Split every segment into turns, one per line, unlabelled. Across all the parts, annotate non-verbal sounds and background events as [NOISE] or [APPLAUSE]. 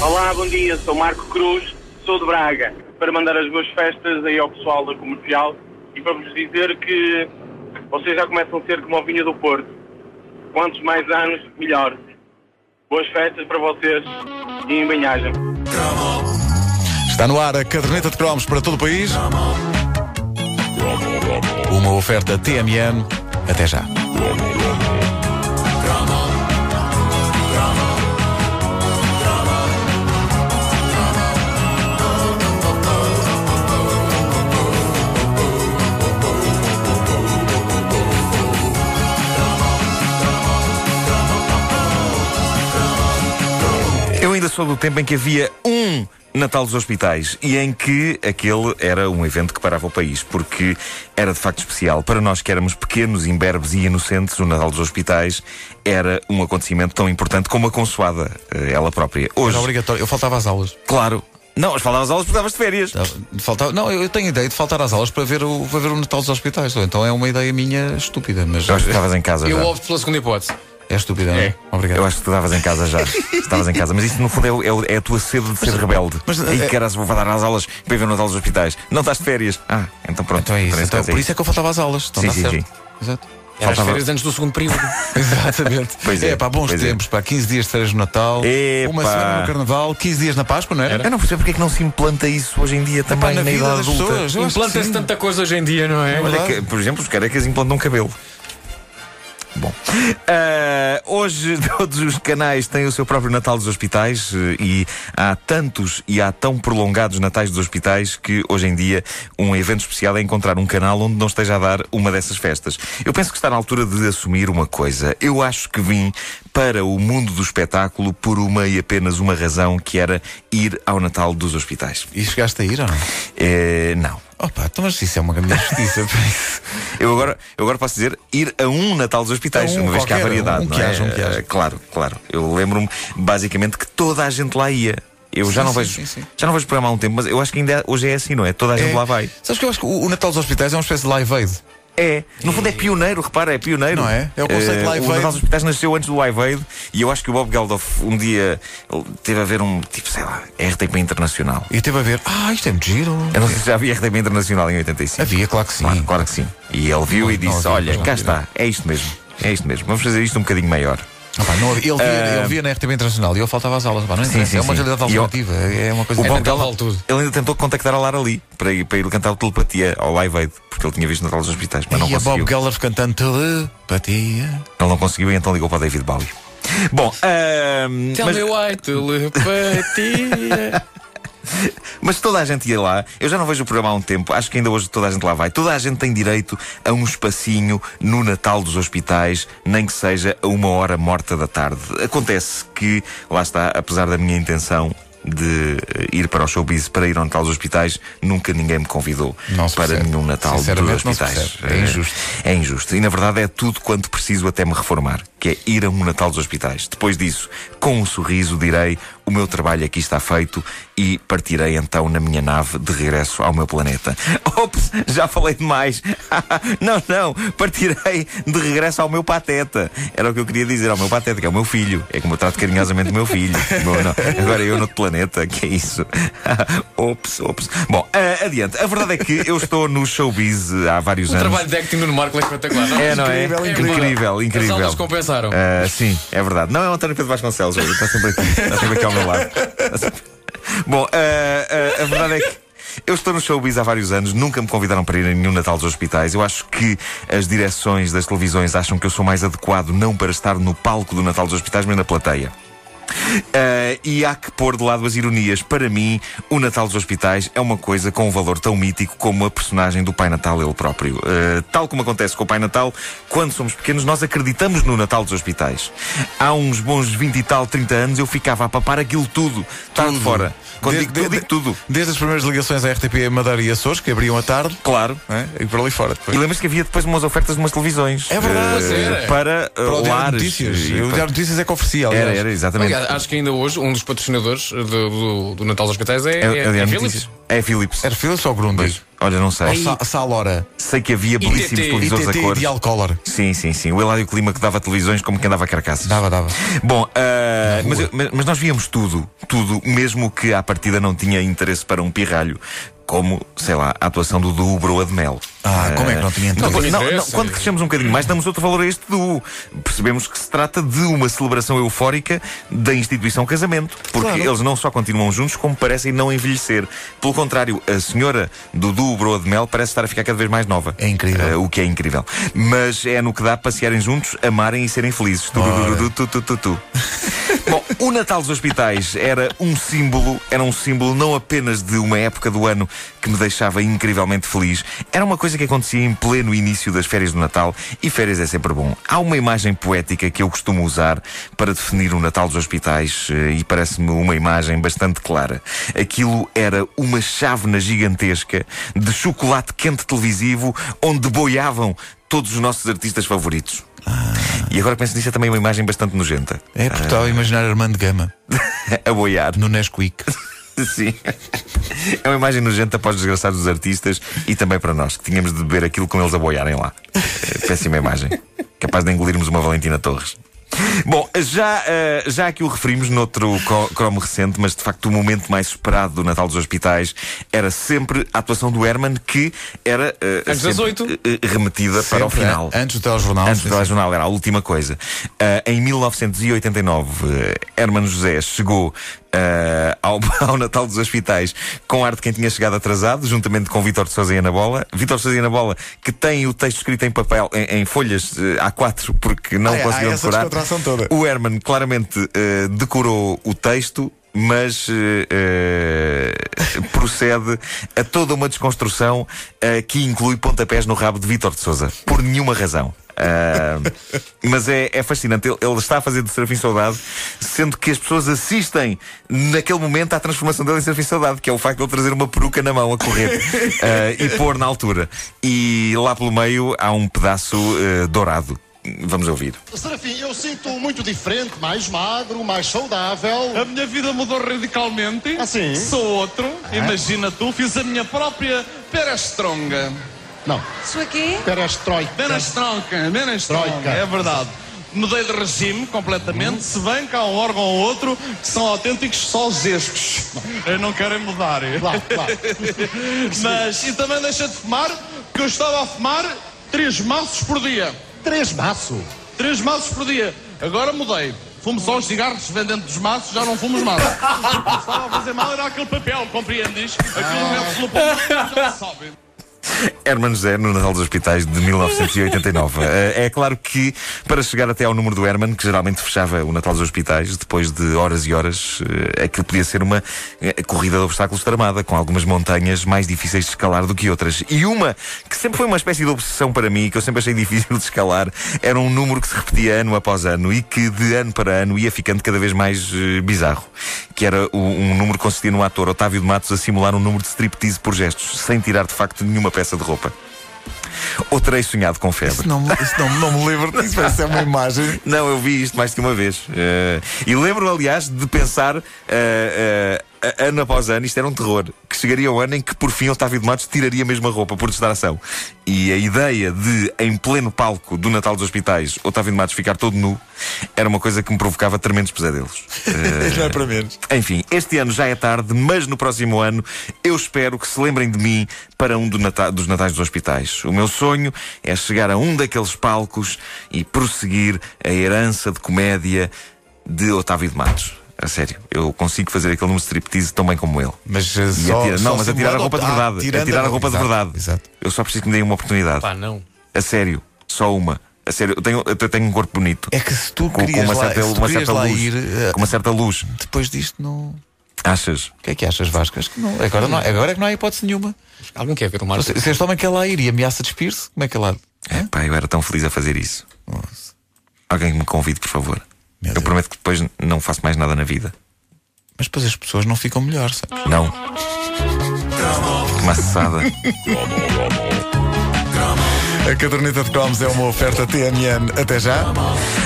Olá, bom dia, sou Marco Cruz, sou de Braga, para mandar as boas festas aí ao pessoal da comercial e para vos dizer que vocês já começam a ser como a vinha do Porto. Quantos mais anos, melhor. Boas festas para vocês e em banhagem.
Está no ar a caderneta de cromos para todo o país. Uma oferta TMN. Até já.
Eu ainda sou do tempo em que havia um Natal dos Hospitais e em que aquele era um evento que parava o país, porque era de facto especial. Para nós que éramos pequenos, imberbes e inocentes, o Natal dos Hospitais era um acontecimento tão importante como a consoada, eh, ela própria. Hoje,
Era obrigatório. Eu faltava às aulas.
claro, não, as falavas aulas porque estavas de férias.
Faltava, não, eu eu tenho ideia de faltar às aulas para ver o, para ver o Natal dos Hospitais. Ou então é uma ideia minha estúpida, mas. eh,
Eu acho que estavas em casa já.
Eu opto pela segunda hipótese.
É estúpida, não é? Obrigado.
Eu acho que tu estavas em
[LAUGHS]
casa já. estavas em casa. Mas isso, no fundo, é o- é, o- é a tua sede de ser rebelde.
mas,
Ai,
é-
caras, vou dar às aulas para ir ver o Natal dos hospitais. Não estás de férias. Ah, então pronto.
Então é isso.
Nesse
Então,
caso é
por isso é que eu faltava às aulas. Então
Sim,
está
sim,
certo.
sim.
Exato.
Era as
Faltava-
férias antes do segundo período.
Exatamente.
Pois é,
é, pá, bons
pois é.
tempos, pá. 15 dias de férias de Natal,
Epá.
uma semana no Carnaval, 15 dias na Páscoa, não é?
Eu não percebo porque é que não se implanta isso hoje em dia também
na
na,
vida
idade
das
adulta.
pessoas. Eu acho que
Implanta-se
sim.
tanta coisa hoje em dia, não é?
Olha
verdade.
que, por exemplo, os carecas implantam um cabelo. Bom, Ah, hoje [LAUGHS] todos os canais têm o seu próprio Natal dos Hospitais eh, e há tantos e há tão prolongados Natais dos Hospitais que hoje em dia um evento especial é encontrar um canal onde não esteja a dar uma dessas festas. Eu penso que está na altura de assumir uma coisa. Eu acho que vim para o mundo do espetáculo por uma e apenas uma razão que era ir ao Natal dos Hospitais.
E chegaste a ir ou não?
Eh, não.
Opa, então, mas isso é uma grande [LAUGHS] justiça. pá, isso.
Eu agora, eu agora posso dizer ir a um Natal dos hospitais,
A um
uma vez que há
qualquer,
variedade,
um
não
que
é?
haja, um que haja.
Eh, Claro, claro. Eu lembro-me basicamente que toda a gente lá ia. Eu já
Sim,
não
sim,
vejo,
sim, sim.
já não vejo programa há um tempo, mas eu acho que ainda é- hoje é assim, não é? Toda a gente
É.
lá vai.
Sabes que eu acho que o o Natal dos Hospitais é uma espécie de live aid.
É, no fundo é pioneiro, repara, é pioneiro.
Não é? É o conceito
Eh,
Live Aid.
O Natal dos Hospitais nasceu antes do Live Aid e eu acho que o Bob Geldof um dia ele teve a ver um, tipo, sei lá, RTP Internacional.
E teve a ver, ah, isto é muito giro.
Eu não sei se já havia RTP Internacional em 85.
Havia, claro que sim.
Claro, claro que sim. E ele viu
Não,
e
não
disse:
havia,
Olha,
pois não
cá
havia,
está, é isto mesmo. É isto mesmo. Vamos fazer isto um bocadinho maior.
Ah, pá, não havia- ele, via, ele via na RTB Internacional e eu faltava às aulas. pá, não interessa,
sim,
é uma
sim.
realidade
E eu-
alternativa. É uma coisa
O
É
Bob
Natal,
Geldof-
vale tudo.
Ele ainda tentou contactar a Lara Lee para ir, para ir cantar o Telepatia ao Live Aid, porque ele tinha visto Natal dos Hospitais, mas não
E a
conseguiu.
Bob Geldof cantando telepatia.
Ele não conseguiu e então ligou para o David Bowie. Bom, ahm,
Tell
mas,
me why telepatia.
mas toda a gente ia lá. Eu já não vejo o programa há um tempo. Acho que ainda hoje toda a gente lá vai. Toda a gente tem direito a um espacinho no Natal dos Hospitais, nem que seja a uma hora morta da tarde. Acontece que, lá está, apesar da minha intenção de eh, ir para o showbiz, para ir ao Natal dos Hospitais, nunca ninguém me convidou
Não se
para
percebe.
nenhum Natal dos
Sinceramente,
Hospitais.
não se percebe. É
Eh,
injusto.
é injusto. E na verdade é tudo quanto preciso até me reformar, que é ir a um Natal dos hospitais. Depois disso, com um sorriso, direi: o meu trabalho aqui está feito e partirei então na minha nave de regresso ao meu planeta. [LAUGHS] Ops, já falei demais. [LAUGHS] não, não, partirei de regresso ao meu pateta. Era o que eu queria dizer ao meu pateta, que é o meu filho. É como eu trato carinhosamente o meu filho. [LAUGHS] Bom, não, agora eu no planeta, que é isso? [LAUGHS] ops, ops. Bom, ah, adiante. A verdade é que eu estou no showbiz há vários
O
anos.
trabalho de acting no Marco é espetacular.
É, não é?
É,
Incrível, incrível.
bom. As aulas compensaram.
Ah, sim, é verdade. Não é o António Pedro Vasconcelos, olha, está sempre aqui, está sempre aqui ao meu lado. [LAUGHS] Está sempre- Bom, ah, ah, a verdade é que. Eu estou no showbiz há vários anos, nunca me convidaram para ir a nenhum Natal dos hospitais. Eu acho que as direções das televisões acham que eu sou mais adequado não para estar no palco do Natal dos hospitais, mas na plateia. Uh, e há que pôr de lado as ironias. Para mim, o Natal dos Hospitais é uma coisa com um valor tão mítico como a personagem do Pai Natal ele próprio. Uh, tal como acontece com o Pai Natal, quando somos pequenos, nós acreditamos no Natal dos Hospitais. Há uns bons 20 e tal, 30 anos, eu ficava a papar aquilo tudo, tarde de fora. Quando
Desde-
digo tudo,
de-
digo tudo.
[LAUGHS] Desde as primeiras ligações à RTP Madeira e Açores, que abriam à tarde,
Claro.
não é? e por ali fora depois.
E lembras que havia depois umas ofertas de umas televisões
É verdade,
uh,
pois era.
para, uh,
Para o Diário de
lares.
Notícias.
E
E o
para-
Diário de Notícias é que oferecia, aliás.
Era, era, [LAUGHS] exatamente.
Aliás, há acho que ainda hoje um dos patrocinadores do, do, do Natal dos Hospitais é, é,
É, é,
é
de
Philips.
notícias. é Philips.
Era Philips ou Grundig?
Pois, Olha, não sei.
Ou Sa- Salora?
Sei que havia
ITT,
belíssimos televisores a
ITT
cores.
Ideal Color?
Sim, sim, sim. O Eládio Clima que dava televisões como quem dava carcaças.
Dava, dava.
Bom, ah, mas, eu- mas- mas nós víamos tudo, tudo, mesmo que à partida não tinha interesse para um pirralho. Como, sei lá, a atuação do Duo Broa de Mel.
Ah, como é que não tinha
Não,
interesse?
quando- não, não,
interessa.
quando crescemos um bocadinho mais, damos outro valor a este duo. Percebemos que se trata de uma celebração eufórica da instituição casamento. Porque
Claro.
eles não só continuam juntos, como parecem não envelhecer. Pelo contrário, a senhora do duo Broa de Mel parece estar a ficar cada vez mais nova.
É incrível.
Eh, o que é incrível. Mas é no que dá passearem juntos, amarem e serem felizes. Tu, tu, tu, tu, tu, tu, tu. Bom, o Natal dos Hospitais era um símbolo, era um símbolo não apenas de uma época do ano que me deixava incrivelmente feliz, era uma coisa que acontecia em pleno início das férias do Natal e férias é sempre bom. Há uma imagem poética que eu costumo usar para definir o Natal dos Hospitais eh, e parece-me uma imagem bastante clara. Aquilo era uma chávena gigantesca de chocolate quente televisivo onde boiavam todos os nossos artistas favoritos. E agora que penso nisso é também uma imagem bastante nojenta. [LAUGHS]
É porque estava a imaginar Armando Gama
A boiar.
no
[LAUGHS]
Nesquik.
Sim. É uma imagem nojenta para os desgraçados dos artistas e também para nós, que tínhamos de beber aquilo com eles a boiarem lá. É Péssima imagem. Capaz de engolirmos uma Valentina Torres. Bom, já, eh, já aqui o referimos noutro co- cromo recente, mas de facto o momento mais esperado do Natal dos Hospitais era sempre a atuação do Herman, que era eh,
Antes das
sempre,
oito.
eh, remetida para o
Sempre, é.
final.
Antes do telejornal.
Antes
sim,
do
sim.
telejornal, era a última coisa. Ah, em 1989, ah, Hermano José chegou ah, ao, [LAUGHS] ao Natal dos Hospitais com ar de quem tinha chegado atrasado, juntamente com Vítor de Sousa e Ana Bola. Vítor de Sousa e Ana Bola, que tem o texto escrito em papel, em, em folhas ah, A4, porque não
Ah, é,
conseguiram
há essa
decorar.
descontração toda.
O Herman claramente ah, decorou o texto. Mas eh, eh, [LAUGHS] procede a toda uma desconstrução ah, que inclui pontapés no rabo de Vítor de Souza, por nenhuma razão. Ah, mas é, é fascinante. Ele, ele está a fazer de Serafim Saudade, sendo que as pessoas assistem naquele momento à transformação dele em Serafim Saudade, que é o facto de ele trazer uma peruca na mão a
[LAUGHS]
correr ah, e pôr na altura. E lá pelo meio há um pedaço ah, dourado. Vamos ouvir.
Serafim, eu sinto muito diferente, mais magro, mais saudável.
A minha vida mudou radicalmente.
Ah, sim? Ah, é?
Sou outro. Imagina tu, fiz a minha própria perestronga.
Não,
Sua quê?
perestroika.
Menestronca, menestronca.
Troika. Hum?
É verdade. Mudei de regime completamente, se bem que há um órgão ou outro que são autênticos só zescos. Eu não quero é mudar.
Claro, claro.
[LAUGHS] Mas, e também deixei de fumar, que eu estava a fumar três maços por dia.
Três maço.
Três maços por dia. Agora mudei. Fumo só os cigarros vendendo dos maços, já não fumo os maços. [LAUGHS] Estava a fazer mal, era aquele papel, compreendes? Aquilo mete pelo pulmão, já se sabe.
Herman José no Natal dos Hospitais de 1989. Eh, é claro que para chegar até ao número do Herman, que geralmente fechava o Natal dos Hospitais, depois de horas e horas, eh, aquilo podia ser uma eh, corrida de obstáculos tramada, com algumas montanhas mais difíceis de escalar do que outras. E uma que sempre foi uma espécie de obsessão para mim, que eu sempre achei difícil de escalar, era um número que se repetia ano após ano e que de ano para ano ia ficando cada vez mais eh, bizarro. Que era o- um número que consistia no ator Otávio de Matos a simular um número de striptease por gestos, sem tirar de facto nenhuma peça de roupa. Ou terei sonhado com febre.
Isso não, me- isso não, não me lembro disso, parece ser uma imagem.
Não, eu vi isto mais de uma vez. Eh, e lembro, aliás, de pensar eh, eh, a- ano após ano, isto era um terror, que chegaria o ano em que por fim Otávio de Matos tiraria mesmo a roupa por distração. E a ideia de, em pleno palco do Natal dos Hospitais, Otávio de Matos ficar todo nu, era uma coisa que me provocava tremendos pesadelos. Eh,
Não é para menos.
enfim, este ano já é tarde, mas no próximo ano eu espero que se lembrem de mim para um do Nata- dos Natais dos Hospitais. O meu sonho é chegar a um daqueles palcos e prosseguir a herança de comédia de Otávio de Matos. A sério, eu consigo fazer aquele número de striptease tão bem como ele.
Mas eh,
E
só,
atira-
só
não, mas a tirar a
simulado-
roupa de
Ah,
verdade.
tirando
a tirar a roupa de
exato,
verdade.
Exato.
Eu só preciso que me deem uma oportunidade.
Pá, não.
A sério, só uma. A sério, eu tenho, eu tenho um corpo bonito.
É que se tu
com, com
querias
uma
lá-
certa,
se tu
uma
querias
certa
lá
luz.
ir, eh,
com uma certa luz.
Depois disto não.
Achas?
O que é que achas, Vasco? Acho que não. Agora, não, agora é que não há hipótese nenhuma.
Alguém quer ver o
Então,
Marco?
Se, se este homem quer lá ir e ameaça despir-se, como é que é lá?
É, pá, eu era tão feliz a fazer isso. Alguém que me convide, por favor.
Meu
eu
Deus.
prometo que depois não faço mais nada na vida.
Mas depois as pessoas não ficam melhor, sabes?
Não. Que maçada.
A caderneta de cromos é uma oferta TMN. Até já.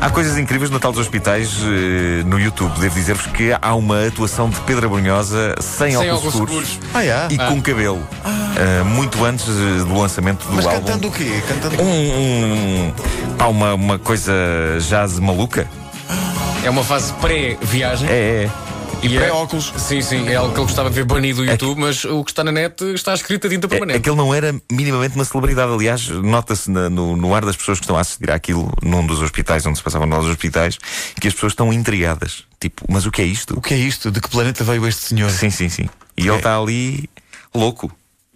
Há coisas incríveis no Natal dos Hospitais eh, no YouTube. Devo dizer-vos que há uma atuação de Pedra Brunhosa sem, óculos
óculos
escuros
escuros.
Ah, é?
e com cabelo. Eh, muito antes eh, do lançamento do
Mas
álbum.
cantando o quê? Cantando
Um, um, pá, uma, uma coisa jazz maluca.
É uma fase pré-viagem.
É, é.
E
pré-óculos.
Sim, sim, é algo que ele gostava de ver banido do YouTube, mas o que está na net está escrito a tinta
É-
permanente.
Aquele não era minimamente uma celebridade. Aliás, nota-se na- no, no ar das pessoas que estão a assistir àquilo num dos hospitais, onde se passavam nós os hospitais, que as pessoas estão intrigadas. Tipo, mas o que é isto?
O que é isto? é? De que planeta veio este senhor?
Sim, sim, sim. E ele está ali louco,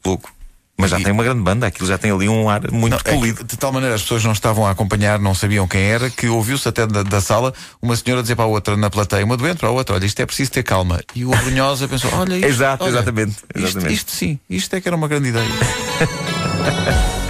louco. Mas já
E-
tem uma grande banda, aquilo já tem ali um ar muito
É que,
polido.
de tal maneira as pessoas não estavam a acompanhar, não sabiam quem era, que ouviu-se até da, da sala uma senhora dizer para a outra na plateia, uma doente para a outra, olha, isto é preciso ter calma. E o Abrunhosa pensou, olha isto.
Exato,
olha,
exatamente,
isto-
exatamente.
isto sim, isto é que era uma grande ideia.